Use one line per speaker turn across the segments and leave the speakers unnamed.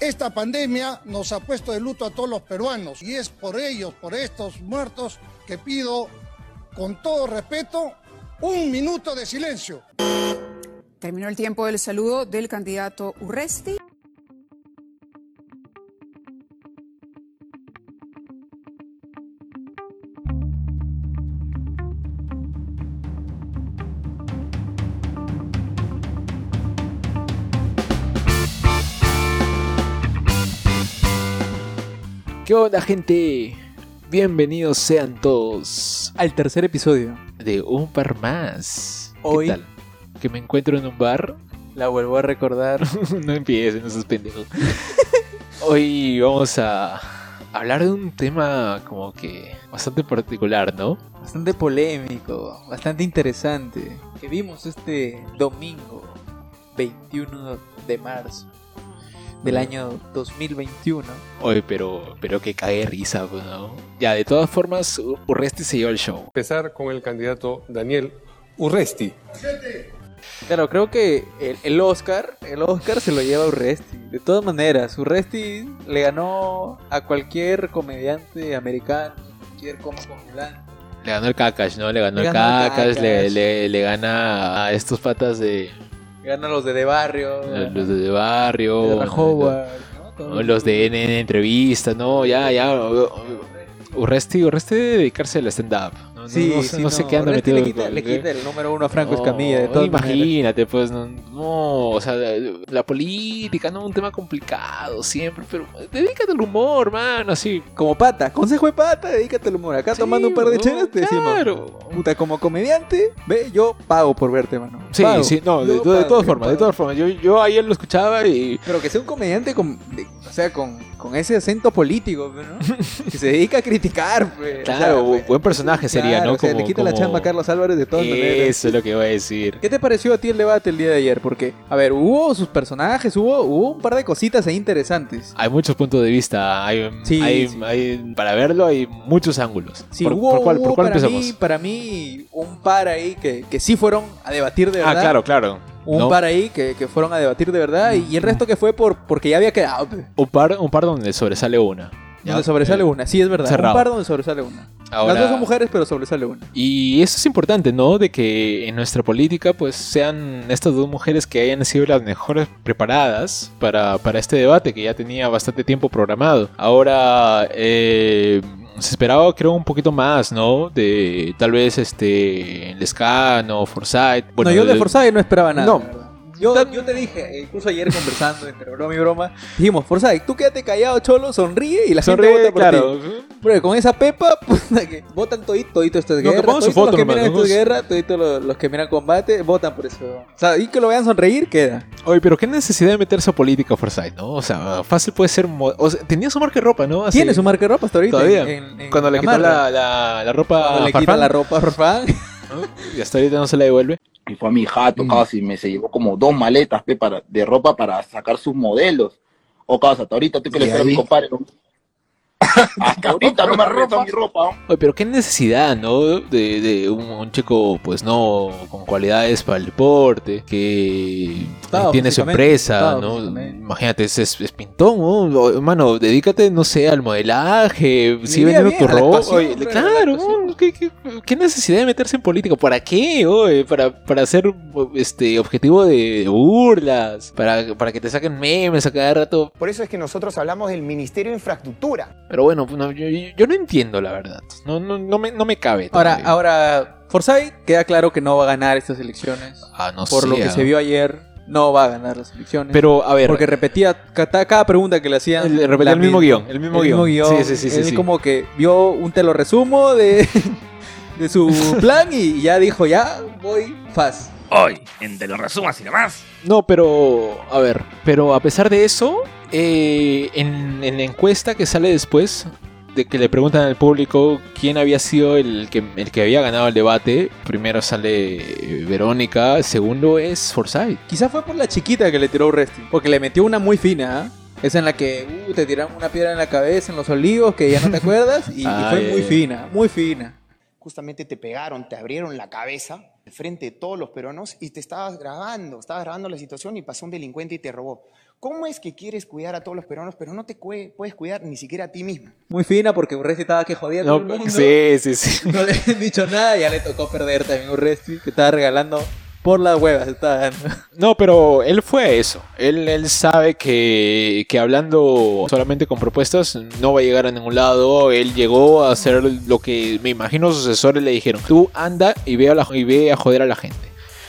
Esta pandemia nos ha puesto de luto a todos los peruanos y es por ellos, por estos muertos, que pido con todo respeto un minuto de silencio.
Terminó el tiempo del saludo del candidato Urresti.
¿Qué onda gente? Bienvenidos sean todos
Al tercer episodio.
de un bar más.
Hoy-
¿Qué tal? Que me encuentro en un bar.
La vuelvo a recordar.
no empiecen esos pendejos. Hoy vamos a hablar de un tema como que bastante particular, ¿no?
Bastante polémico, bastante interesante. Que vimos este domingo 21 de marzo del año 2021.
Hoy, pero, pero que cae de risa, pues, ¿no? Ya, de todas formas, U- Urresti se llevó el show.
empezar con el candidato Daniel Urresti.
Claro, creo que el, el Oscar, el Oscar se lo lleva Urresti. De todas maneras, Urresti le ganó a cualquier comediante americano, cualquier cómico fulano.
Le ganó el Kakash, ¿no? Le ganó
Le
el
ganó al
Kakash, le,
Kakash.
le- le gana a estos patas de
Gana los de De Barrio,
los de, de barrio.
Ah. de
¿no?
Howard, ¿no?
¿no?
Todos
Los de NN entrevista, no, ya, ya. o- o- Urresti, Urresti debe dedicarse al stand-up. No, No-
Sí,
no,
sí,
sé- no sé qué anda
Oresti
metido.
Le quita, le quita el número uno a Franco
No,
Escamilla. De todas
imagínate, pues, no, no, o sea, la, la política, no, un tema complicado siempre, pero dedícate al humor, mano, así.
maneras. Como pata, consejo de pata, dedícate al humor. Acá
Sí,
tomando un par de
huevón,
chelas te decimos.
claro.
Puta, como comediante, ve, yo pago por verte, mano.
Sí,
Pago.
sí, no, de,
Yo
de- de
pago,
todas
yo
formas, de
pago.
todas formas. Yo, yo ayer lo escuchaba y.
Pero que sea un comediante con, de- o sea, con, con ese acento político, pues, ¿no? que se dedica a criticar, pues.
Claro,
o sea, pues.
buen personaje sería,
Claro,
¿no?
o sea, le
Como-
quita la
como-
chamba a Carlos Álvarez de todas maneras.
Eso es lo que voy a decir.
¿Qué te pareció a ti el debate el día de ayer? Porque, a ver, hubo sus personajes, hubo, hubo un par de cositas ahí interesantes.
Hay muchos puntos de vista, hay,
Sí,
hay-
sí.
hay- para verlo hay muchos ángulos.
Sí,
¿Por,
hubo,
por cuál, por
hubo
cuál
para,
empezamos?
mí, para mí un par ahí que, que sí fueron a debatir de
ah,
verdad.
claro, claro.
Un
No, Mm.
par ahí que, que fueron a debatir de verdad y, y el resto que fue por porque ya había quedado. pe.
un par, un par donde sobresale una. ¿ya?
Donde sobresale
Eh,
una, sí es verdad.
cerrado.
Un par donde sobresale una.
Ahora-
Las dos son mujeres, pero sobresale una.
Y eso es importante, ¿no? De que en nuestra política, pues sean estas dos mujeres que hayan sido las mejores preparadas para, para este debate que ya tenía bastante tiempo programado. Ahora, eh, se esperaba, creo, un poquito más, ¿no? De tal vez este Lescano, Forsyth. Bueno,
no, yo de
eh,
Forsyth no esperaba nada.
No.
la verdad. Yo, yo te dije, eh, incluso ayer conversando entre broma y broma, dijimos, Forsyth, tú quédate callado, cholo, sonríe y la gente
Sorry,
vota por ti.
claro.
Porque con esa pepa, puta, que votan todito, todito estas
No, que
guerras.
pongan su
todito
foto
los que
nomás,
miran
¿no?
estas guerras, todito los, los que miran combate, votan por eso. O sea, y que lo vean sonreír, queda.
Oye, pero qué necesidad de meterse a política, Forsyth, ¿no? O sea, fácil puede ser. mo- O sea, tenía su marca de ropa, ¿no? Así-
Tiene su marca de ropa hasta ahorita.
Ah, Todavía.
en- en
Cuando le quitó
Gamarra.
la, la, la ropa
Cuando
a
le quita
Farfán,
la ropa a Farfán.
¿no? y hasta ahorita no se la devuelve.
Y fue a mi jato, casi, me se llevó como dos maletas pe, para, de ropa para sacar sus modelos. O causa, hasta ahorita estoy que le espero a mi compadre. ¿no? Hasta ahorita no me ropa mi ropa. ¿no?
Oye, pero qué necesidad, ¿no? De, de un, un chico, pues no, con cualidades para el deporte, que eh,
Dotado
tiene su
físicamente,
empresa,
dotado
¿no?
físicamente.
Imagínate, es, es- es pintón, ¿no? O- Hermano, dedícate, no sé, al modelaje, si
iría
vendiendo
bien,
tu
a la
ropa.
actuación,
Oye,
pero a la
Claro,
actuación.
¿no? ¿Qué, qué, qué necesidad de meterse en política? ¿Para qué? oye? Para, para ser este, objetivo de burlas, para, para que te saquen memes a cada rato.
Por eso es que nosotros hablamos del Ministerio de Infraestructura.
Pero bueno, pues, no, yo, yo- yo no entiendo, la verdad. No, no, no, me, no me cabe.
Ahora,
todavía.
ahora, Forsyth queda claro que no va a ganar estas elecciones.
Ah, no
Por lo
sé,
que
ah.
se vio ayer, no va a ganar las elecciones.
Pero, a ver,
porque repetía cada, cada pregunta que le hacían.
el, repetí
la
el mismo
misma.
guión. El mismo guión. Sí, sí, sí. sí,
él
sí.
como que vio un te lo resumo de, de su plan y ya dijo, ya voy fast.
Hoy, en Te lo resumo así nomás.
No, pero, a ver, pero a pesar de eso, eh, en, en la encuesta que sale después, de que le preguntan al público quién había sido el que, el que había ganado el debate, primero sale eh, Verónica, segundo es Forsyth.
Quizás fue por la chiquita que le tiró Urresti, porque le metió una muy fina, ¿ah? Esa en la que uh, te tiraron una piedra en la cabeza, en los olivos, que ya no te acuerdas, y, y
Ah,
fue
ya,
muy
ya.
fina, muy fina.
Justamente te pegaron, te abrieron la cabeza frente de todos los peruanos y te estabas grabando, estabas grabando la situación y pasó un delincuente y te robó. ¿Cómo es que quieres cuidar a todos los peruanos, pero no te cue- puedes cuidar ni siquiera a ti mismo?
Muy fina porque Urresti estaba que jodía a todo
No,
el mundo.
sí, sí, sí.
No le habían dicho nada, ya le tocó perder también Urresti, que estaba regalando por las huevas, estaba dando.
No, pero él fue a eso. Él, él sabe que, que hablando solamente con propuestas no va a llegar a ningún lado. Él llegó a hacer lo que me imagino sus asesores le dijeron. Tú anda y ve a, la- y ve a joder a la gente.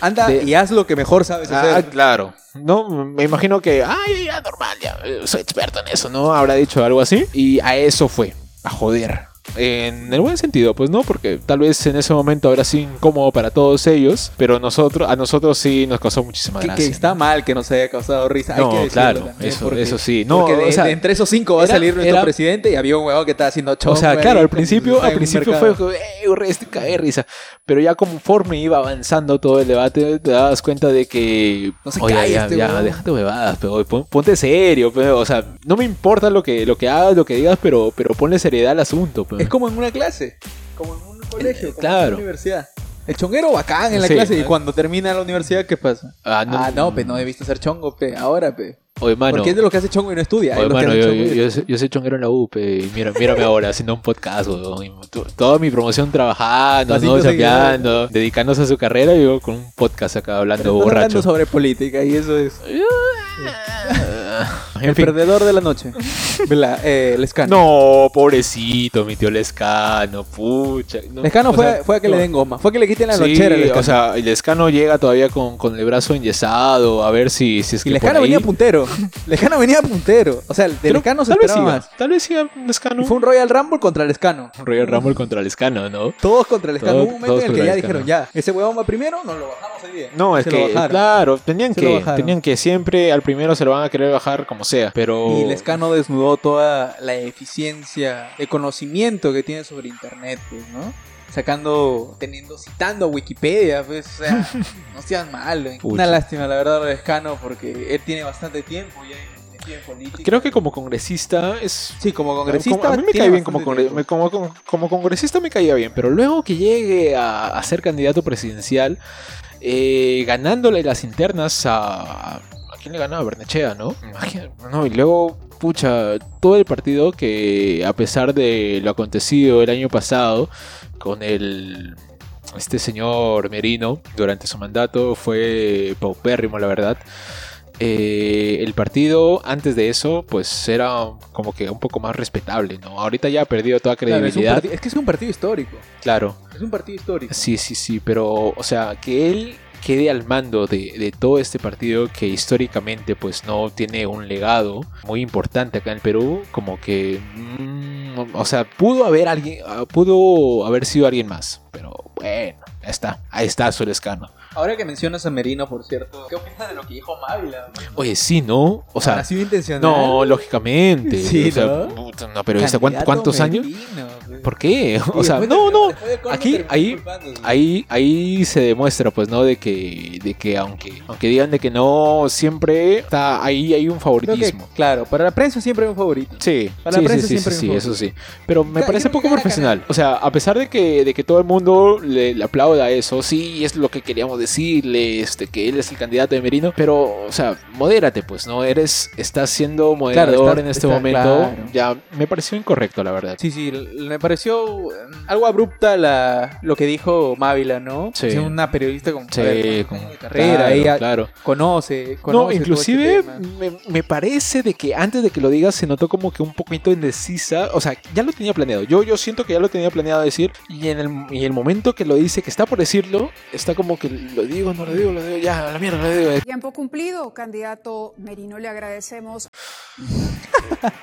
Anda
De-
y haz lo que mejor sabes
Ah,
hacer.
claro. No, me imagino que, ay, ya normal, ya eh, soy experto en eso, ¿no? Habrá dicho algo así. Y a eso fue, a joder. En el buen sentido, pues no, porque tal vez en ese momento habrá sido incómodo para todos ellos, pero nosotros, a nosotros sí nos causó muchísima
Que, que
gracia.
está mal que nos haya causado risa. hay
No,
que decirlo
claro,
también,
eso-
porque-
eso sí. No,
porque de,
o sea,
de entre esos cinco va
era-
a salir nuestro
era-
presidente y había un huevón que estaba haciendo chongo.
O sea,
ahí,
claro, al
como
principio,
está
al
en un
principio fue
mercado.
como, "Eh, urre, este cae de risa. Pero ya conforme iba avanzando todo el debate, te dabas cuenta de que.
No se
"Oye,
cae
ya,
este
ya,
huevón".
déjate huevadas, pero pon- ponte serio. Pero, o sea, no me importa lo que, lo que hagas, lo que digas, pero, pero ponle seriedad al asunto. pero".
Es como en una clase, como en un colegio, como en
Eh, claro.
una universidad. El chonguero bacán en la
Sí.
clase y cuando termina la universidad, ¿qué pasa?
Ah, no.
Ah, no, pe, no debiste ser chongo, pe, ahora, pe.
Oye, mano.
Porque es de los que hace chongo y no estudia.
oye,
es los que
mano,
hace
yo,
chongo y-
yo, yo soy- yo soy chonguero en la UP y mira, mírame ahora haciendo un podcast, huevón, y tu- Toda mi promoción trabajando, ¿no?
Pasitos seguidores.
Chambeando, dedicándose a su carrera y yo con un podcast acá hablando
Pero están hablando
borracho.
sobre política y eso es.
En
El
fin.
perdedor de la noche. Bla- eh, Lescano.
No, pobrecito, mi tío Lescano, pucha. no,
Lescano
o
fue,
sea,
fue a que
no.
le den goma. Fue a que le quiten la
Sí,
lonchera. Lescano.
o sea, el Lescano llega todavía con, con el brazo enyesado, a ver si, si es que
y Lescano
por ahí-
venía puntero. Lescano venía puntero. O sea, de
Pero
Lescano se
tal vez
esperaba
siga,
más.
Tal vez siga Lescano.
Y fue un Royal Rumble contra Lescano.
un Royal Rumble contra Lescano, ¿no?
Todos contra Lescano.
Todos-
Hubo un momento
todos
en el que
contra
ya
Lescano.
dijeron, ya, ese huevón va primero, nos lo bajamos hoy día.
No,
Y
es
se lo
que,
bajaron.
claro, tenían
Se lo
que,
bajaron.
tenían que siempre al primero se lo van a querer bajar como sea, pero...
Y Lescano desnudó toda la eficiencia de conocimiento que tiene sobre internet, pues, ¿no? Sacando, teniendo, citando a Wikipedia, pues, o sea, no sean malos.
Pucha.
Una lástima, la verdad, lo de Lescano, porque él tiene bastante tiempo ya en- metido en política.
Creo que como congresista es
Sí, como congresista.
Como- a mí me
tiene
cae bien como,
bastante
congre-
tiempo.
me- como, como- como congresista me caía bien, pero luego que llegue a, a ser candidato presidencial, eh, ganándole las internas a... ¿A quién le ganaba? Bernechea, ¿no?
Mm.
Imagina- No, y luego, pucha, todo el partido que a pesar de lo acontecido el año pasado con el... Este señor Merino, durante su mandato, fue paupérrimo, la verdad. Eh, el partido antes de eso, pues era como que un poco más respetable, ¿no? Ahorita ya ha perdido toda
Claro, es, un
credibilidad.
parti- es que es un partido histórico.
Claro,
Es un partido histórico.
sí, sí, sí, pero, o sea, que él quede al mando de, de todo este partido que históricamente, pues no tiene un legado muy importante acá en el Perú, como que. mm, o sea, pudo haber alguien, ah, pudo haber sido alguien más, pero bueno, ya está, ahí está su escano.
Ahora que mencionas a Merino, por cierto, ¿qué opinas de lo que dijo Mávila?
Oye, sí, ¿no? O sea.
¿Ha sido intencional?
No, lógicamente.
Sí,
o sea,
¿no?
puta, no, pero ¿viste cuánto- ¿cuántos años? ¿Por qué? O
Y
sea,
después
no,
terminó-
no.
después del corte
Aquí,
terminó
ahí,
culpándose.
ahí, ahí se demuestra, pues, ¿no? De que, de que aunque, aunque digan de que no, siempre está ahí hay un
Creo que,
favoritismo.
claro, para la prensa siempre hay un favorito.
Sí,
Para
sí,
la
sí, sí,
prensa
sí,
siempre
sí,
hay un
eso sí. Pero me
Claro,
parece
yo creo que
poco
gana
profesional. O sea, a pesar de que, de que todo el mundo le, le aplauda eso, sí, es lo que queríamos decirle, este, que él es el candidato de Merino, pero, o sea, modérate, pues, ¿no? Eres, estás siendo moderador
estás-
en este
estás-
momento.
claro.
Ya, me pareció incorrecto, la verdad.
Sí, sí, l- me pareció eh, algo abrupta la, lo que dijo Mávila, ¿no?
Sí.
Es una periodista con,
Sí,
a ver, con
con-
años de carrera,
claro,
ella
claro.
conoce, conoce. todo
No,
este
inclusive
tema.
me, me parece de que antes de que lo digas se notó como que un poquito indecisa. O sea, ya lo tenía planeado. Yo, yo siento que ya lo tenía planeado decir. Y en el, y el momento que lo dice, que está por decirlo, está como que lo digo, no lo digo, lo digo, ya, a la mierda, lo digo.
Tiempo cumplido, candidato Merino, le agradecemos.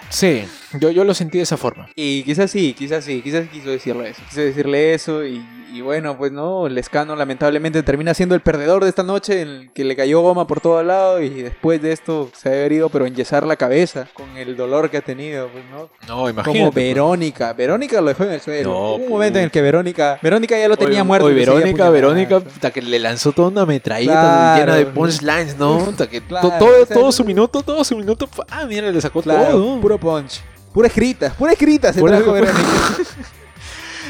Sí, yo, yo lo sentí de esa forma.
Y quizás sí, quizás sí, quizás quiso decirle eso. Quiso decirle eso y, y bueno, pues no, Lescano lamentablemente termina siendo el perdedor de esta noche, en el que le cayó goma por todo lado y después de esto se ha herido, pero enyesar la cabeza con el dolor que ha tenido, pues no.
No,
Como Verónica, Verónica lo dejó en el suelo.
pues. No, pues.
Hubo un momento en el que Verónica, Verónica ya lo tenía muerto.
Oye,
y lo seguía
Verónica,
apuñalando.
Verónica, puta, que le lanzó toda una metralleta
Claro.
llena de punchlines, ¿no? Puta, que to-
Claro,
todo,
o sea,
todo su minuto, todo su minuto. Ah, mira, le sacó
Claro,
todo.
puro punch. Pura escrita, pura escrita se
Pura-
trajo Verónica.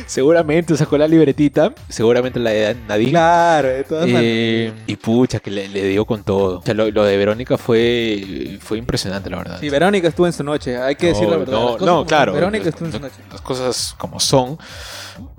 seguramente sacó la libretita, seguramente la de Nadine.
Claro, de todas
Eh, y pucha, que le, le dio con todo. O sea, lo, lo de Verónica fue, fue impresionante, la verdad.
Sí, Verónica estuvo en su noche, hay que decir la verdad. Las
No,
cosas
no,
como
claro.
son, Verónica
las-
estuvo en su noche.
Las cosas como son.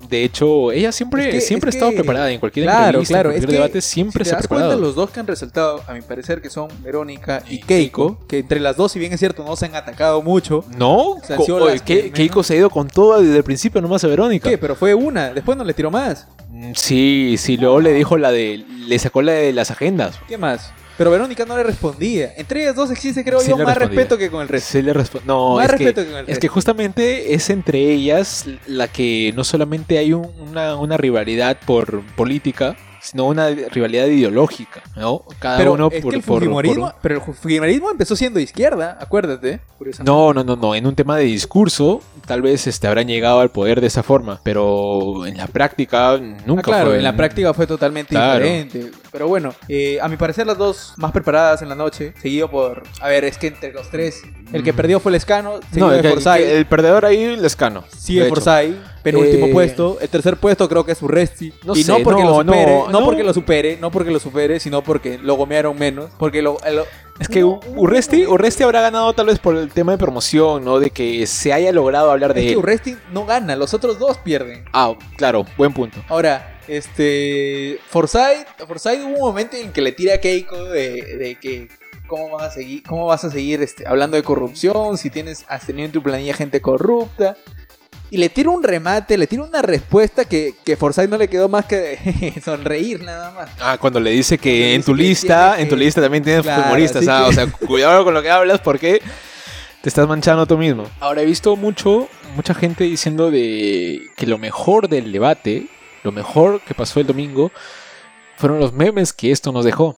De hecho, ella siempre,
Es que-
siempre
es
ha estado
que-
preparada en cualquier entrevista, en
es
cualquier
que,
debate, siempre se
si te
ha
das
preparado.
cuenta, los dos que han resaltado, a mi parecer, que son Verónica y
Y
Keiko, que entre las dos, si bien es cierto, no se han atacado mucho.
No,
sea,
co-
han sido
oye,
las
Ke-
que
Keiko
menos-
se ha ido con todo desde el principio nomás a Verónica.
¿Qué? Pero fue una, después no le tiró más.
Mm, Sí, sí, luego le dijo la de. Le sacó la de las agendas.
¿Qué más? Pero Verónica no le respondía. Entre ellas dos existe, creo
Sí
yo,
le
más
respondía.
respeto que con el resto.
Sí le respon- No,
Más
es
respeto
que,
que con el
es
resto.
que justamente es entre ellas la que no solamente hay un- una, una rivalidad por política, sino una rivalidad ideológica, ¿no? Cada
Pero
Ah, uno
es
por,
que el
por- por
fujimorismo,
un-
pero el fujimorismo empezó siendo de izquierda, acuérdate.
No, no, no, no. En un tema de discurso, tal vez este, habrán llegado al poder de esa forma, pero en la práctica nunca.
Ah, claro,
fue-
en la práctica fue totalmente
Claro.
diferente. Pero bueno, eh, a mi parecer las dos más preparadas en la noche, seguido por... A ver, es que entre los tres, el que perdió fue el Escano, seguido
Mm. No,
de
el, que-
Forsyth,
el perdedor ahí les cano.
sigue Forsyth, penúltimo
Eh,
puesto, el tercer puesto creo que es Urresti.
No
y no
sé,
porque lo
no, no,
supere, no,
no.
porque lo supere, no porque lo supere, sino porque lo gomearon menos, porque lo... lo-
Es que Urresti, Urresti habrá ganado tal vez por el tema de promoción, ¿no? De que se haya logrado hablar de
es que
él.
Urresti no gana, los otros dos pierden.
Ah, claro, buen punto.
Ahora, este. Forsyth, Forsyth hubo un momento en que le tira a Keiko de, de que. ¿Cómo vas a seguir, cómo vas a seguir este, hablando de corrupción? Si tienes, has tenido en tu planilla gente corrupta. Y le tira un remate, le tira una respuesta que, que Forsyth no le quedó más que sonreír nada más.
Ah, cuando le dice que
Cuando
en
dice
tu
que
lista,
tiene
en tu
que-
lista también tienes
Claro,
humoristas,
así
ah,
que-
o sea, cuidado con lo que hablas porque te estás manchando tú mismo. Ahora he visto mucho, mucha gente diciendo de que lo mejor del debate, lo mejor que pasó el domingo, fueron los memes que esto nos dejó.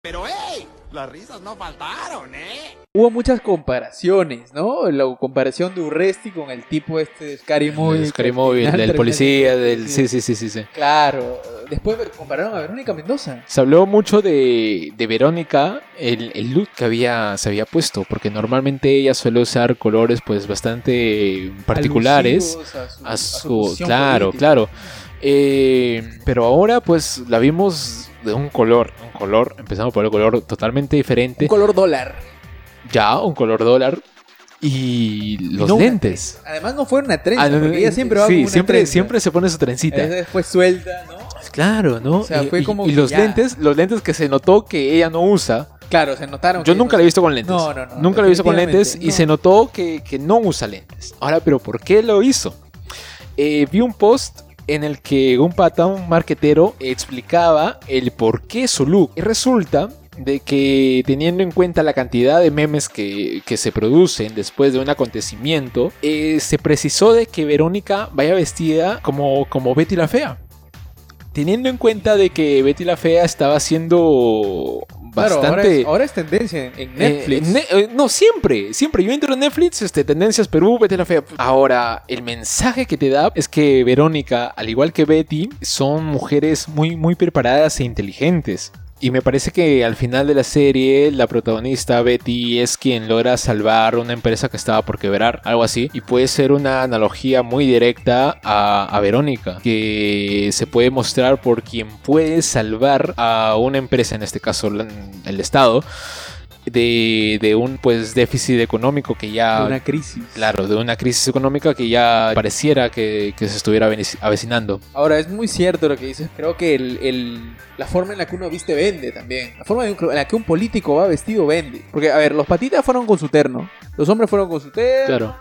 Hubo muchas comparaciones, ¿no? La comparación de Urresti con el tipo este de Scary Movie.
El
que
Scary
al
Movie,
final
del
termina-
policía, del... Sí, sí, sí, sí, sí.
Claro. Después compararon a Verónica Mendoza.
Se habló mucho de, de Verónica, el, el look que había, se había puesto, porque normalmente ella suele usar colores pues bastante particulares.
Alusivos
a su,
posición
claro,
política.
claro. Eh, pero ahora pues la vimos de un color, un color, empezamos por el color totalmente diferente,
Un color dólar.
ya un color dólar y los
no una
lentes.
Además no fue una trenza,
Ah, no, no,
porque ella siempre va
sí,
con una
siempre,
trenza.
siempre se pone su trencita.
Ella Después suelta, ¿no?
Claro, ¿no?
O sea,
Y-
fue
y-
como
y
que
los
ya.
lentes, los lentes que se notó que ella no usa,
Claro, se notaron.
Yo
que-
nunca la he visto con lentes.
No, no, no,
Nunca la he visto con lentes y
definitivamente,
se
no.
notó que, que no usa lentes. Ahora, pero ¿por qué lo hizo? Eh, vi un post en el que un pata, un marquetero, explicaba el por qué su look. Y resulta de que teniendo en cuenta la cantidad de memes que, que se producen después de un acontecimiento, eh, se precisó de que Verónica vaya vestida como, como Betty la Fea. Teniendo en cuenta de que Betty la Fea estaba siendo
Claro,
bastante...
ahora, es, ahora es tendencia en- en Netflix.
Eh, ne- eh, no, siempre, siempre. Yo entro en Netflix, este, Tendencias Perú, Betty la Fea. Ahora, el mensaje que te da es que Verónica, al igual que Betty, son mujeres muy, muy preparadas e inteligentes. Y me parece que al final de la serie, la protagonista Betty es quien logra salvar una empresa que estaba por quebrar, algo así. Y puede ser una analogía muy directa a, a Verónica, que se puede mostrar por quien puede salvar a una empresa, en este caso la- el Estado, de, de un pues déficit económico que ya
una crisis.
claro de una crisis económica que ya pareciera que, que se estuviera aveci- avecinando
Ahora, es muy cierto lo que dices. Creo que el, el- la forma en la que uno viste vende también. La forma en la que un político va vestido vende. Porque, a ver, los patitas fueron con su terno. Los hombres fueron con su terno.
claro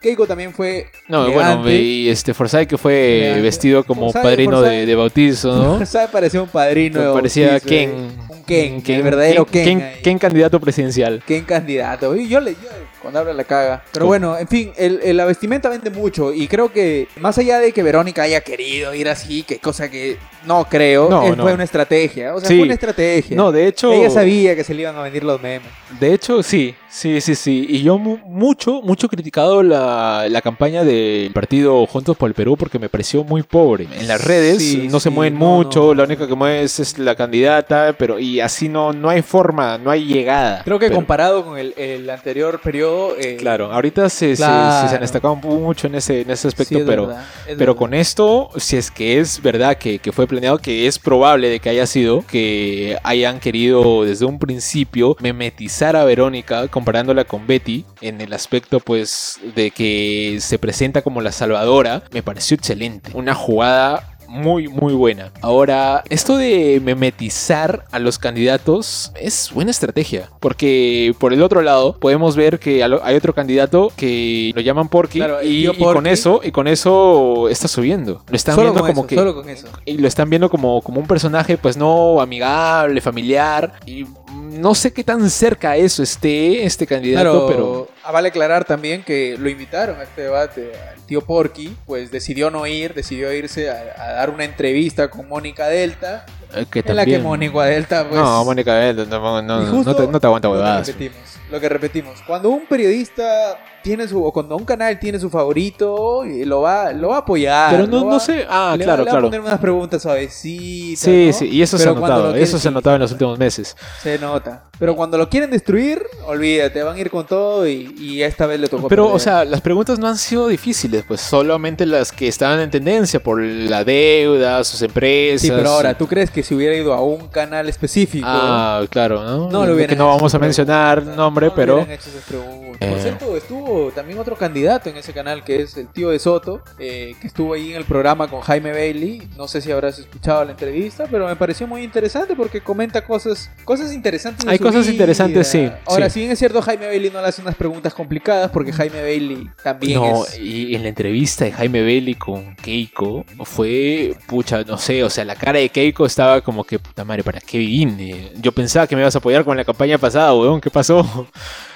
Keiko también fue.
no bueno
elegante.
y este Forsyth que fue
Elegante.
vestido como
Forsyth,
padrino
Forsyth.
De, de bautizo no Pues
Sabe, parecía un padrino. de
parecía
bautizo,
Ken
eh. Un Ken, el verdadero Ken.
Ken,
ahí.
Ken candidato presidencial
Ken candidato. Y yo le. yo- cuando habla la caga. Pero
¿Cómo?
bueno, en fin, el, el- la vestimenta vende mucho. Y creo que, más allá de que Verónica haya querido ir así, que cosa que no creo,
No,
es-
no.
fue una estrategia. O sea,
Sí.
fue una estrategia.
no de hecho
Ella sabía que se le iban a venir los memes.
de hecho sí Sí, sí, sí. Y yo mu- mucho, mucho he criticado la, la campaña del partido Juntos por el Perú porque me pareció muy pobre. En las redes
Sí,
no se
sí,
mueven
no,
mucho,
no.
la única que mueve es, es la candidata, pero y así no, no hay forma, no hay llegada.
Creo que
Pero-
comparado con el, el anterior periodo. eh,
Claro, ahorita se, se-
Claro.
se han destacado mucho en ese, en ese
sí
aspecto,
es
pero,
verdad, es
pero
verdad.
con esto, si es que es verdad que, que fue planeado, que es probable de que haya sido, que hayan querido desde un principio memetizar a Verónica comparándola con Betty en el aspecto pues de que se presenta como la salvadora, me pareció excelente. Una jugada... Muy, muy buena. Ahora, esto de memetizar a los candidatos es buena estrategia. Porque por el otro lado, podemos ver que al- hay otro candidato que lo llaman Porky.
Claro, el
y,
tío
y con
Porky.
eso y con eso está subiendo. Lo están
Solo
viendo
con
como
eso,
que
solo con eso.
y lo están viendo como, como un personaje pues no amigable, familiar y no sé qué tan cerca a eso esté este candidato,
Claro,
pero
ah, vale aclarar también que lo invitaron a este debate. El tío Porky, pues decidió no ir, decidió irse a, a dar una entrevista con Mónica Delta.
eh, que
en la que
también
Mónica Delta, pues.
No, Mónica Belda, no, no,
Y
no,
justo
te, no te aguanta
lo que
huevadas.
repetimos, Lo que repetimos, cuando un periodista tiene su, o cuando un canal tiene su favorito, y lo va, lo va a apoyar.
Pero no,
lo
no
va-
sé, ah, claro,
le va- le va a
claro.
poner unas preguntas suavecitas.
Sí,
¿no?
sí, y eso se
Pero
ha
cuando lo
notado,
quieren-
eso se ha notado en los últimos meses.
Se nota. Pero cuando lo quieren destruir, olvídate, van a ir con todo y, y esta vez le tocó.
Pero,
perder.
o sea, las preguntas no han sido difíciles, pues solamente las que estaban en tendencia por la deuda, sus empresas.
Sí, pero ahora, ¿tú crees que si hubiera ido a un canal específico?
Ah, claro, ¿no?
No lo
que
hubieran
no
hecho
vamos a
esas
mencionar
preguntas,
nombre,
no le
pero
hubieran hecho esas preguntas. Por
Eh.
cierto, estuvo también otro candidato en ese canal que es el tío de Soto, eh, que estuvo ahí en el programa con Jaime Bailey. No sé si habrás escuchado la entrevista, pero me pareció muy interesante porque comenta cosas, cosas interesantes. de
Hay
su
cosas
vida.
interesantes, sí,
Ahora,
sí. Mm.
si bien es cierto, Jaime Bailey no le hace unas preguntas complicadas porque Jaime Bailey también
No, eh.
es.
y en la entrevista de Jaime Bailey con Keiko fue, pucha, no sé, o sea, la cara de Keiko estaba como que, puta madre, ¿para qué vine? Yo pensaba que me ibas a apoyar con la campaña pasada, weón, ¿qué pasó?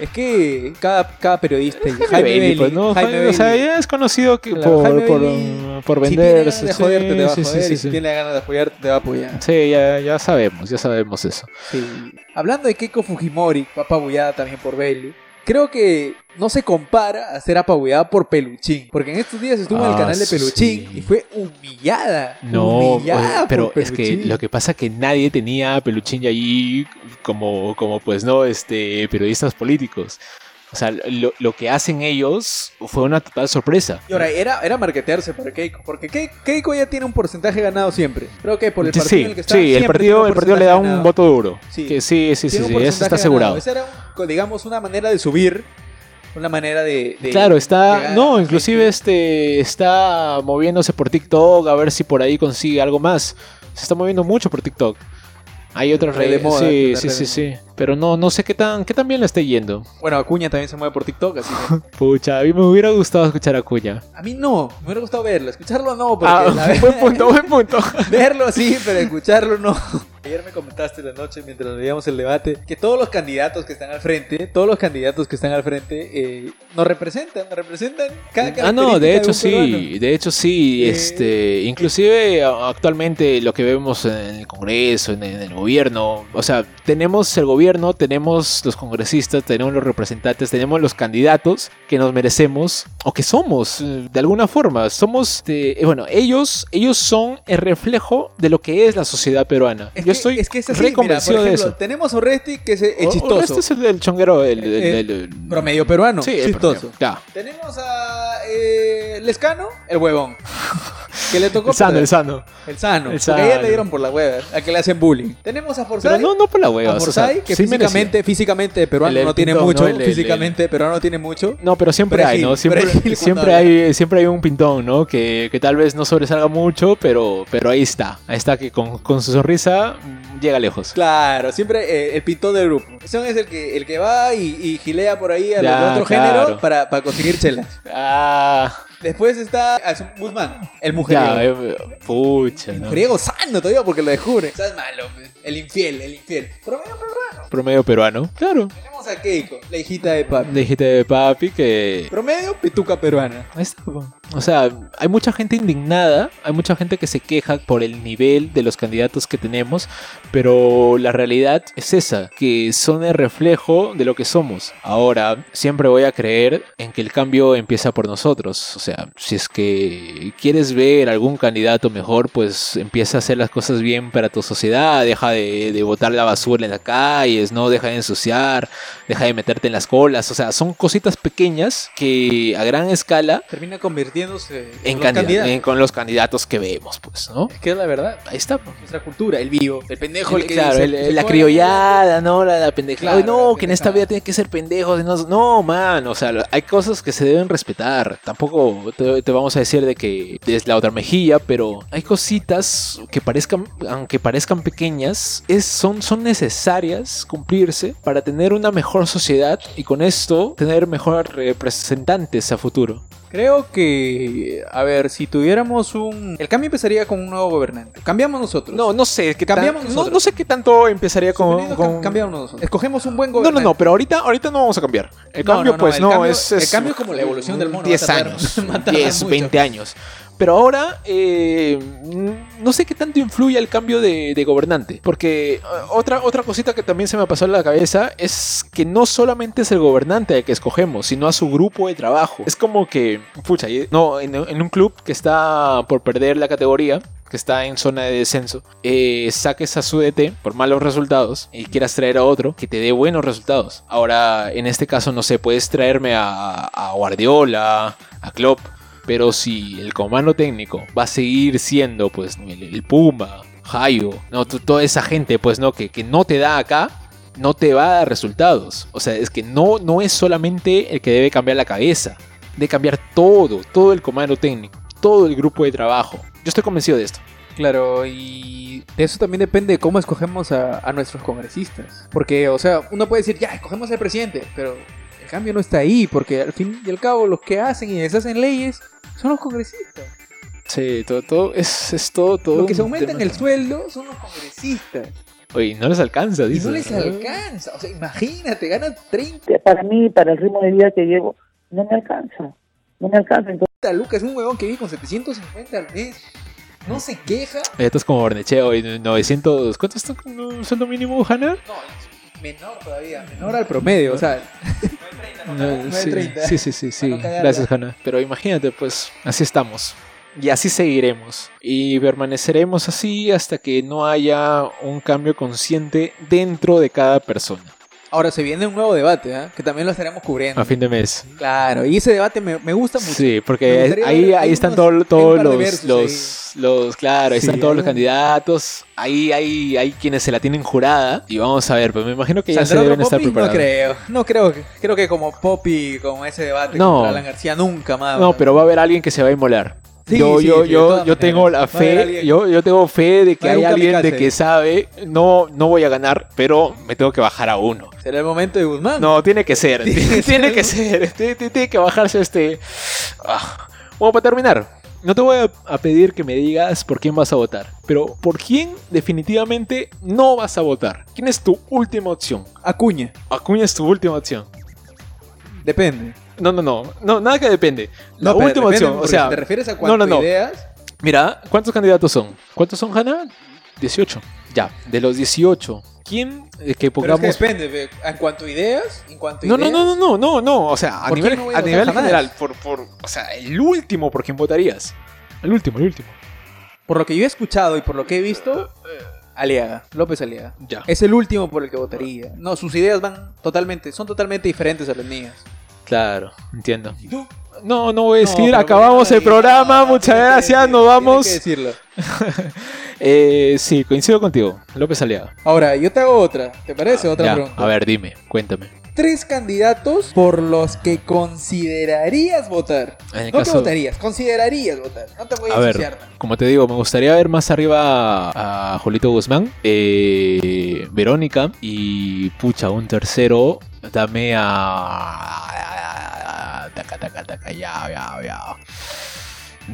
Es que cada, cada periodista. y Jaime, Bailey,
pues, ¿no?
Jaime
Jaime- o sea,
Bailey.
ya es conocido que
Claro,
por,
Jaime
por,
Bailey,
um, por
Si tiene ganas
venderse.
de
sí,
joderte, te va a
sí, sí,
joder.
sí,
y si
sí.
tiene ganas de apoyarte, te va a apoyar.
Sí, ya, ya sabemos, ya sabemos eso.
Sí. Hablando de Keiko Fujimori, fue apabullada también por Bailey. Creo que no se compara a ser apabullada por Peluchín. Porque en estos días estuvo en el
Ah,
canal de
sí.
Peluchín y fue humillada.
No,
humillada
oye, pero
por
es que
Peluchín.
lo que pasa que nadie tenía a Peluchín y ahí como, como pues no, este, periodistas políticos. O sea, lo, lo que hacen ellos fue una total sorpresa.
Y ahora, era, era marquetearse para Keiko. Porque Ke- Keiko ya tiene un porcentaje ganado siempre. Creo que por el
Sí,
partido en
sí,
el que está.
sí, el
siempre tiene
partido,
un
el partido le da un
porcentaje ganado.
voto duro.
Sí.
Que sí, sí, sí,
Tiene un
sí, eso está
porcentaje ganado.
asegurado.
Esa era, un- digamos, una manera de subir. Una manera de. de-
Claro,
de
está,
ganar.
no, inclusive este está moviéndose por TikTok a ver si por ahí consigue algo más. Se está moviendo mucho por TikTok. Hay otras
Red de
redes,
moda,
sí,
la
sí,
red
sí,
de
sí, pero no, no sé qué tan, qué tan bien le esté yendo.
Bueno, Acuña también se mueve por TikTok, así que.
Pucha, a mí me hubiera gustado escuchar a Cuña.
A mí no, me hubiera gustado verlo, escucharlo no, porque
Ah,
la ve-
buen punto, buen punto.
verlo sí, pero escucharlo no. Ayer me comentaste en la noche mientras veíamos el debate que todos los candidatos que están al frente, todos los candidatos que están al frente eh, nos representan, nos representan cada
Ah, no, de
característica
hecho
un
sí, de hecho sí,
Eh,
este, inclusive a- actualmente lo que vemos en el Congreso, en en el gobierno, o sea, tenemos el gobierno, tenemos los congresistas, tenemos los representantes, tenemos los candidatos que nos merecemos o que somos, eh, de alguna forma, somos, este, eh, bueno, ellos, ellos son el reflejo de lo que es la sociedad peruana.
Es
Yo
que-
estoy
es que es así,
re
mira,
convencido
por
de
ejemplo,
eso.
Tenemos a Oresti que es, eh,
O- o
chistoso,
Este es el, el chonguero, el, el-
Eh,
el- el-
promedio peruano,
Sí, el
chistoso.
promedio, ya.
Tenemos a eh, Lescano, el huevón, que le tocó
El sano,
perder.
el sano.
El sano.
El
porque a ella
sano.
le dieron por la hueva. A que le hacen bullying. Tenemos a Forzai.
Pero no, no por la hueva.
a Forzai, que físicamente, físicamente de peruano
El- el
no tiene
pintón,
mucho.
¿no? El- el-
físicamente de peruano no tiene mucho.
No, pero siempre
Perejil,
hay, ¿no? Siempre,
perejil cuando
siempre,
habla.
hay, siempre hay un pintón, ¿no? Que, que tal vez no sobresalga mucho, pero, pero ahí está. Ahí está que con, con su sonrisa mm, llega lejos.
Claro, siempre eh, el pintón del grupo. Son es el que, el que va y, y gilea por ahí a los
Ya,
de otro
claro.
género para, para conseguir chelas.
Ah,
Después está Azul Guzmán, el mujeriego.
Ya, eh, pucha, ¿no?
Mujeriego sano todavía porque lo descubre. Estás malo, pues. el infiel, el infiel. Pero bueno, pero bueno.
Promedio peruano, claro.
Tenemos a Keiko, la hijita de papi.
Le dijiste de papi que...
Promedio, pituca peruana.
Ahí está, po. O sea, hay mucha gente indignada, hay mucha gente que se queja por el nivel de los candidatos que tenemos, pero la realidad es esa, que son el reflejo de lo que somos. Ahora, siempre voy a creer en que el cambio empieza por nosotros. O sea, si es que quieres ver algún candidato mejor, pues empieza a hacer las cosas bien para tu sociedad, deja de, de botar la basura en las calles, no deja de ensuciar, deja de meterte en las colas. O sea, son cositas pequeñas que a gran escala
Termina convirtiéndose
en
los
candida-
candidatos.
en- con los candidatos que vemos, pues, ¿no?
Es que es la verdad.
Ahí está. pues.
Nuestra cultura, el vivo, el pendejo, el que
claro,
dice,
el-
se
la
fue,
criollada, ¿no? La, la pendejada.
Claro,
Ay, no,
la
que en esta
pendejada.
vida tiene que ser pendejo. No, no, man, o sea, lo- hay cosas que se deben respetar. Tampoco te, te vamos a decir de que es la otra mejilla, pero hay cositas que parezcan, aunque parezcan pequeñas, es, son, son necesarias cumplirse para tener una mejor sociedad y con esto tener mejor representantes a futuro.
Creo que, a ver, si tuviéramos un... El cambio empezaría con un nuevo gobernante. Cambiamos nosotros.
No, no sé. ¿qué tan-
Cambiamos
no,
nosotros.
no sé qué tanto empezaría con...
Suponiendo que
con-
cambiamos nosotros. Escogemos un buen
No, no,
gobernante.
no, pero ahorita, ahorita no vamos a cambiar. El
No,
cambio,
no, no,
pues
el
no,
cambio-
es,
el cambio es como la evolución del mono, va a
10
tardar-
años,
va a tardar
10,
mucho.
20 años. Pero ahora, eh, no sé qué tanto influye el cambio de, de gobernante. Porque eh, otra, otra cosita que también se me pasó en la cabeza es que no solamente es el gobernante el que escogemos, sino a su grupo de trabajo. Es como que, pucha, y- no, en, en un club que está por perder la categoría, que está en zona de descenso, eh, saques a su DT por malos resultados y quieras traer a otro que te dé buenos resultados. Ahora, en este caso, no sé, puedes traerme a, a Guardiola, a Klopp, pero si el comando técnico va a seguir siendo, pues, el, el Puma, Jairo, no, T- toda esa gente, pues, no, que, que no te da acá, no te va a dar resultados. O sea, es que no, no es solamente el que debe cambiar la cabeza, debe cambiar todo, todo el comando técnico, todo el grupo de trabajo. Yo estoy convencido de esto.
Claro, y de eso también depende de cómo escogemos a, a nuestros congresistas. Porque, o sea, uno puede decir, ya, escogemos al presidente, pero el cambio no está ahí, porque al fin y al cabo los que hacen y deshacen leyes son los congresistas.
Sí, todo, todo es, es todo, todo.
Los que se
un
aumentan
tema.
el sueldo son los congresistas.
Oye, no les alcanza,
Y
dice.
no les alcanza. O sea, imagínate, ganan 30
Para mí, para el ritmo de vida que llevo, no me alcanza. No me alcanza. Entonces,
lucas. Un huevón que vive con 750 al mes. No se queja.
Eh, Esto es como Bornecheo, y 900. ¿Cuánto es tu- un sueldo mínimo, Hanna?
No, es menor todavía. Menor al promedio. O sea,
No, sí,
9.30.
sí, sí, sí, sí.
Para no cagarla.
Gracias, Hanna. Pero imagínate, pues, así estamos. Y así seguiremos. Y permaneceremos así hasta que no haya un cambio consciente dentro de cada persona.
ahora se viene un nuevo debate, ¿ah? que también lo estaremos cubriendo.
A fin de mes.
Claro, y ese debate me, me gusta mucho.
Sí,
Me
porque
gustaría
ahí,
ver
ahí están
algunos-
todo- todos
hay un par de
los,
versos
los, los- claro, ahí
Sí,
están todos los
algún-
candidatos, ahí hay, hay quienes se la tienen jurada y vamos a ver, pues me imagino que ya se
¿Saldrá
deben
otro
estar
Poppy? No
preparados.
creo, no creo, que- creo que como Poppy, como ese debate
No.
contra Alan García nunca más.
No, pero va a haber alguien que se va a inmolar.
Sí,
yo,
sí,
yo,
de
yo,
todas
yo tengo la
maneras. Va a haber
fe,
alguien.
yo, yo tengo fe de que
Va a haber
hay
un
alguien de
kamikaze.
que sabe, no, no voy a ganar, pero me tengo que bajar a uno.
será el momento de Guzmán.
No, tiene que ser,
Tiene que
tiene
ser.
que ser, tiene, tiene- tiene que bajarse este. Ah. Bueno, para terminar, no te voy a, a pedir que me digas por quién vas a votar, pero por quién definitivamente no vas a votar. ¿Quién es tu última opción?
Acuña,
Acuña es tu última opción.
depende.
No, no, no, no, nada que depende. La
pero
última
depende,
opción, o
porque
sea,
si te refieres a
no,
cuánto
no, no.
ideas,
Mira, ¿cuántos candidatos son? ¿Cuántos son, Hanna? 18. Ya, de los 18, ¿quién eh, que
pero es
pongamos
que depende, ve, en cuanto a ideas, en cuanto a
No, no,
ideas,
no, no, no, no, no. O sea, a
¿Por qué
nivel,
no voy a
a
votar
nivel
jamás?
general, por, por, o sea, el último por quien votarías. El último, el último.
por lo que yo he escuchado y por lo que he visto, Aliaga, López Aliaga.
Ya.
Es el último por el que votaría. No, sus ideas van totalmente, son totalmente diferentes a las mías.
Claro, entiendo. No, no voy a
No,
decir,
pero
acabamos
bueno,
el
y-
programa,
ah,
muchas
tienes que
gracias,
decir-
nos vamos.
tienes que decirlo.
Eh, sí, coincido contigo, López Aliaga.
Ahora, yo te hago otra, ¿te parece? Otra
Ah, Ya,
pregunta.
a ver, dime, cuéntame.
Tres candidatos por los que considerarías votar.
En el
no
caso-
que votarías, considerarías votar. No te voy a,
A ver,
ensuciar.
como te digo, me gustaría ver más arriba a, a Julito Guzmán, eh, Verónica y pucha, un tercero, dame a... taca, taca, taca, ya, ya, ya.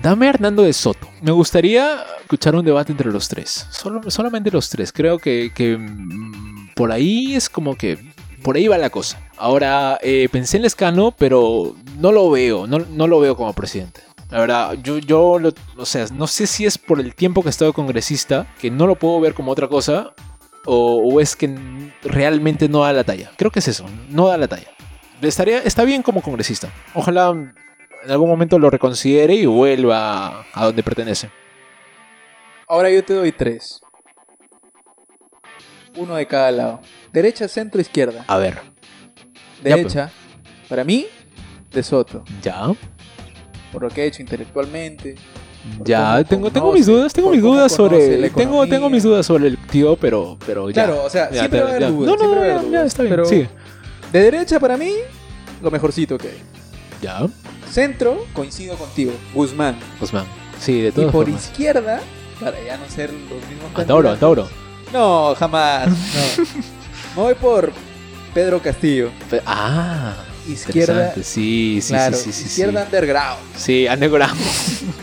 Dame a Hernando de Soto. Me gustaría escuchar un debate entre los tres. Solo, solamente los tres. Creo que, que, mm, por ahí es como que. Por ahí va la cosa. Ahora, eh, pensé en Lescano, pero no lo veo. No, no lo veo como presidente. La verdad, yo, yo lo- o sea, no sé si es por el tiempo que he estado congresista, que no lo puedo ver como otra cosa, o, o es que n- realmente no da la talla. Creo que es eso, no da la talla. Estaría, está bien como congresista. Ojalá mm, en algún momento lo reconsidere y vuelva a donde pertenece.
Ahora yo te doy tres. Uno de cada lado. Derecha, centro, izquierda.
A ver, Ah, ya, pues.
Derecha, para mí, De Soto.
ya,
Por lo que he hecho intelectualmente. Por
ya,
cómo
tengo, tengo
conoce,
mis dudas, tengo
por
mis
cómo
dudas
conoce la
sobre, tengo,
economía.
tengo mis dudas sobre el tío, pero, pero Pues ya.
Claro, o sea,
Ya,
siempre
ya,
va a haber
ya.
dudas.
No, no,
siempre
no,
va a haber
ya,
dudas,
está bien,
pero
sigue.
De derecha, para mí, lo mejorcito que hay.
ya,
Centro, coincido contigo, Guzmán.
Guzmán. Sí, de
Y
todas
por
formas.
izquierda, para ya no ser los mismos
Antauro,
candidatos.
Antauro.
No, jamás. No. Me voy por Pedro Castillo.
Pe- Ah,
Izquierda.
interesante. Sí, sí,
claro,
sí, sí, sí.
izquierda
sí.
underground.
Sí, underground.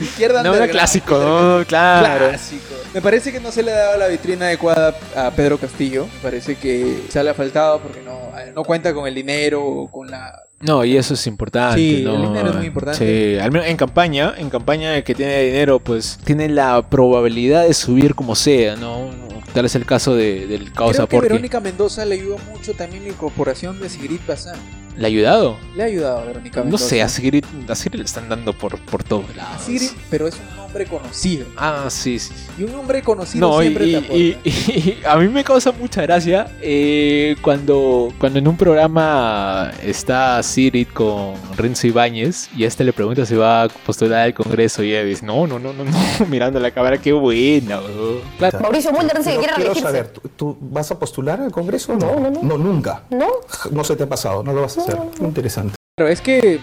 Izquierda
No era
underground.
clásico, no, claro.
Clásico. Me parece que no se le ha dado la vitrina adecuada a Pedro Castillo. Me parece que se le ha faltado porque no, eh, no cuenta con el dinero o con la.
No, y eso es importante.
Sí, el
¿no?
dinero es muy importante.
Sí, al menos en campaña, en campaña el que tiene dinero, pues tiene la probabilidad de subir como sea, ¿no? Tal es el caso de- del causa
Creo que
porque
Verónica Mendoza le ayudó mucho también la incorporación de Sigrid Bazán.
le ha ayudado.
Le ha ayudado a Verónica
No
Mendoza.
sé, a Sigrid, a Sigrid le están dando por, por todos lados.
Sigrid, pero es un hombre conocido.
Ah, sí, sí. sí.
Y un hombre conocido
No, y,
siempre te
y-
aporta.
y- y a mí me causa mucha gracia eh, cuando, cuando en un programa está Sirit con Renzo Ibáñez y este le pregunta si va a postular al Congreso y ella dice, no, no, no, no, no, mirando la cámara, qué buena. weón".
Mauricio Mulder dice que quiere
Quiero
reelegirse.
saber, ¿tú, tú vas a postular al Congreso? No, no, no. No, nunca.
¿No?
No se te ha pasado, no lo vas a hacer. Interesante.
Pero es que, eh,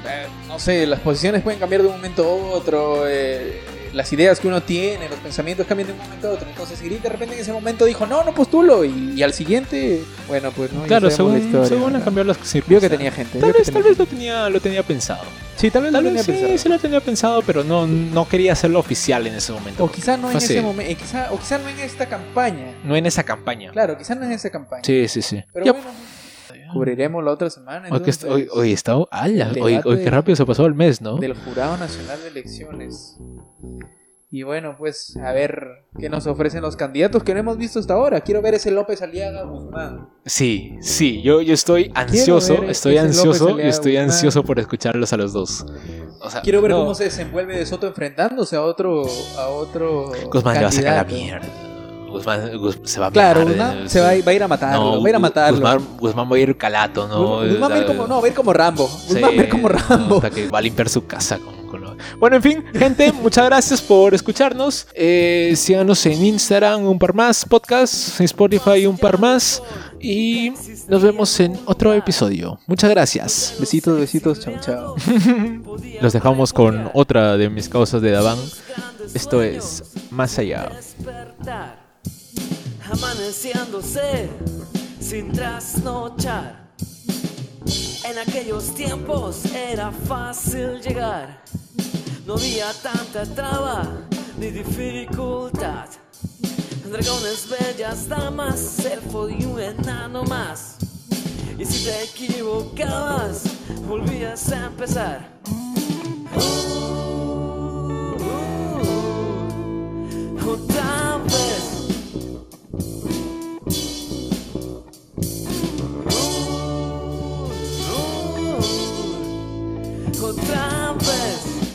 no sé, las posiciones pueden cambiar de un momento a otro, eh, las ideas que uno tiene, los pensamientos cambian de un momento a otro. Entonces, Sigrid de repente en ese momento dijo, no, no postulo. Y, y al siguiente, bueno, pues no. ya
Claro,
sabemos
según,
la historia,
según han
¿verdad?
cambiado las
Vio
circunstancias.
que tenía gente.
Tal
vio que
vez,
tenía
tal vez
gente.
lo tenía, lo tenía pensado.
Sí, tal vez
Tal vez
lo tenía
sí,
pensado.
sí lo tenía pensado, pero no, no quería hacerlo oficial en ese momento.
O quizá no en
Fue así.
ese momento, eh, quizá- o quizá no en esta campaña.
No en esa campaña.
Claro, quizá no en esa campaña.
Sí, sí, sí.
Pero
Ya,
bueno, cubriremos la otra semana.
Hoy, que est- hoy,
Ah, entonces,
hoy está, ala,
El
hoy, hoy
debate
qué rápido se pasó el mes, ¿no?
del Jurado Nacional de Elecciones. Y bueno, pues a ver qué nos ofrecen los candidatos que no hemos visto hasta ahora. Quiero ver ese López Aliaga Guzmán.
Sí, sí, yo, yo estoy ansioso,
ver
estoy
ese López
ansioso, yo
Aliaga
estoy
Guzmán.
ansioso por escucharlos a los dos. O sea,
Quiero ver
no,
cómo se desenvuelve De Soto enfrentándose a otro a otro
Guzmán le va a sacar la
candidato.
mierda. Guzmán Guz- se va a
Claro,
mear,
Guzmán
eh,
se va a ir, va a ir a matarlo,
No,
va a ir a matarlo.
Guzmán, Guzmán va a ir calato, ¿no?
Gu- Guzmán va a ir como, no, va a ir como Rambo.
Sí,
Guzmán va a ir como
no,
Rambo.
hasta que va a limpiar su casa con- con lo- Bueno, en fin, gente, muchas gracias por escucharnos. Eh, síganos en Instagram, un par más, podcast, en Spotify, un par más. Y nos vemos en otro episodio. Muchas gracias.
Besitos, besitos, chao, chao.
Los dejamos con otra de mis causas de Daván. Esto es Más Allá.
despertar, amaneciéndose sin trasnochar. En aquellos tiempos era fácil llegar, no había tanta traba ni dificultad. Dragones, bellas damas, elfo y un enano más. Y si te equivocabas, volvías a empezar. Uh, uh, uh otra vez. Uh, uh, otra vez.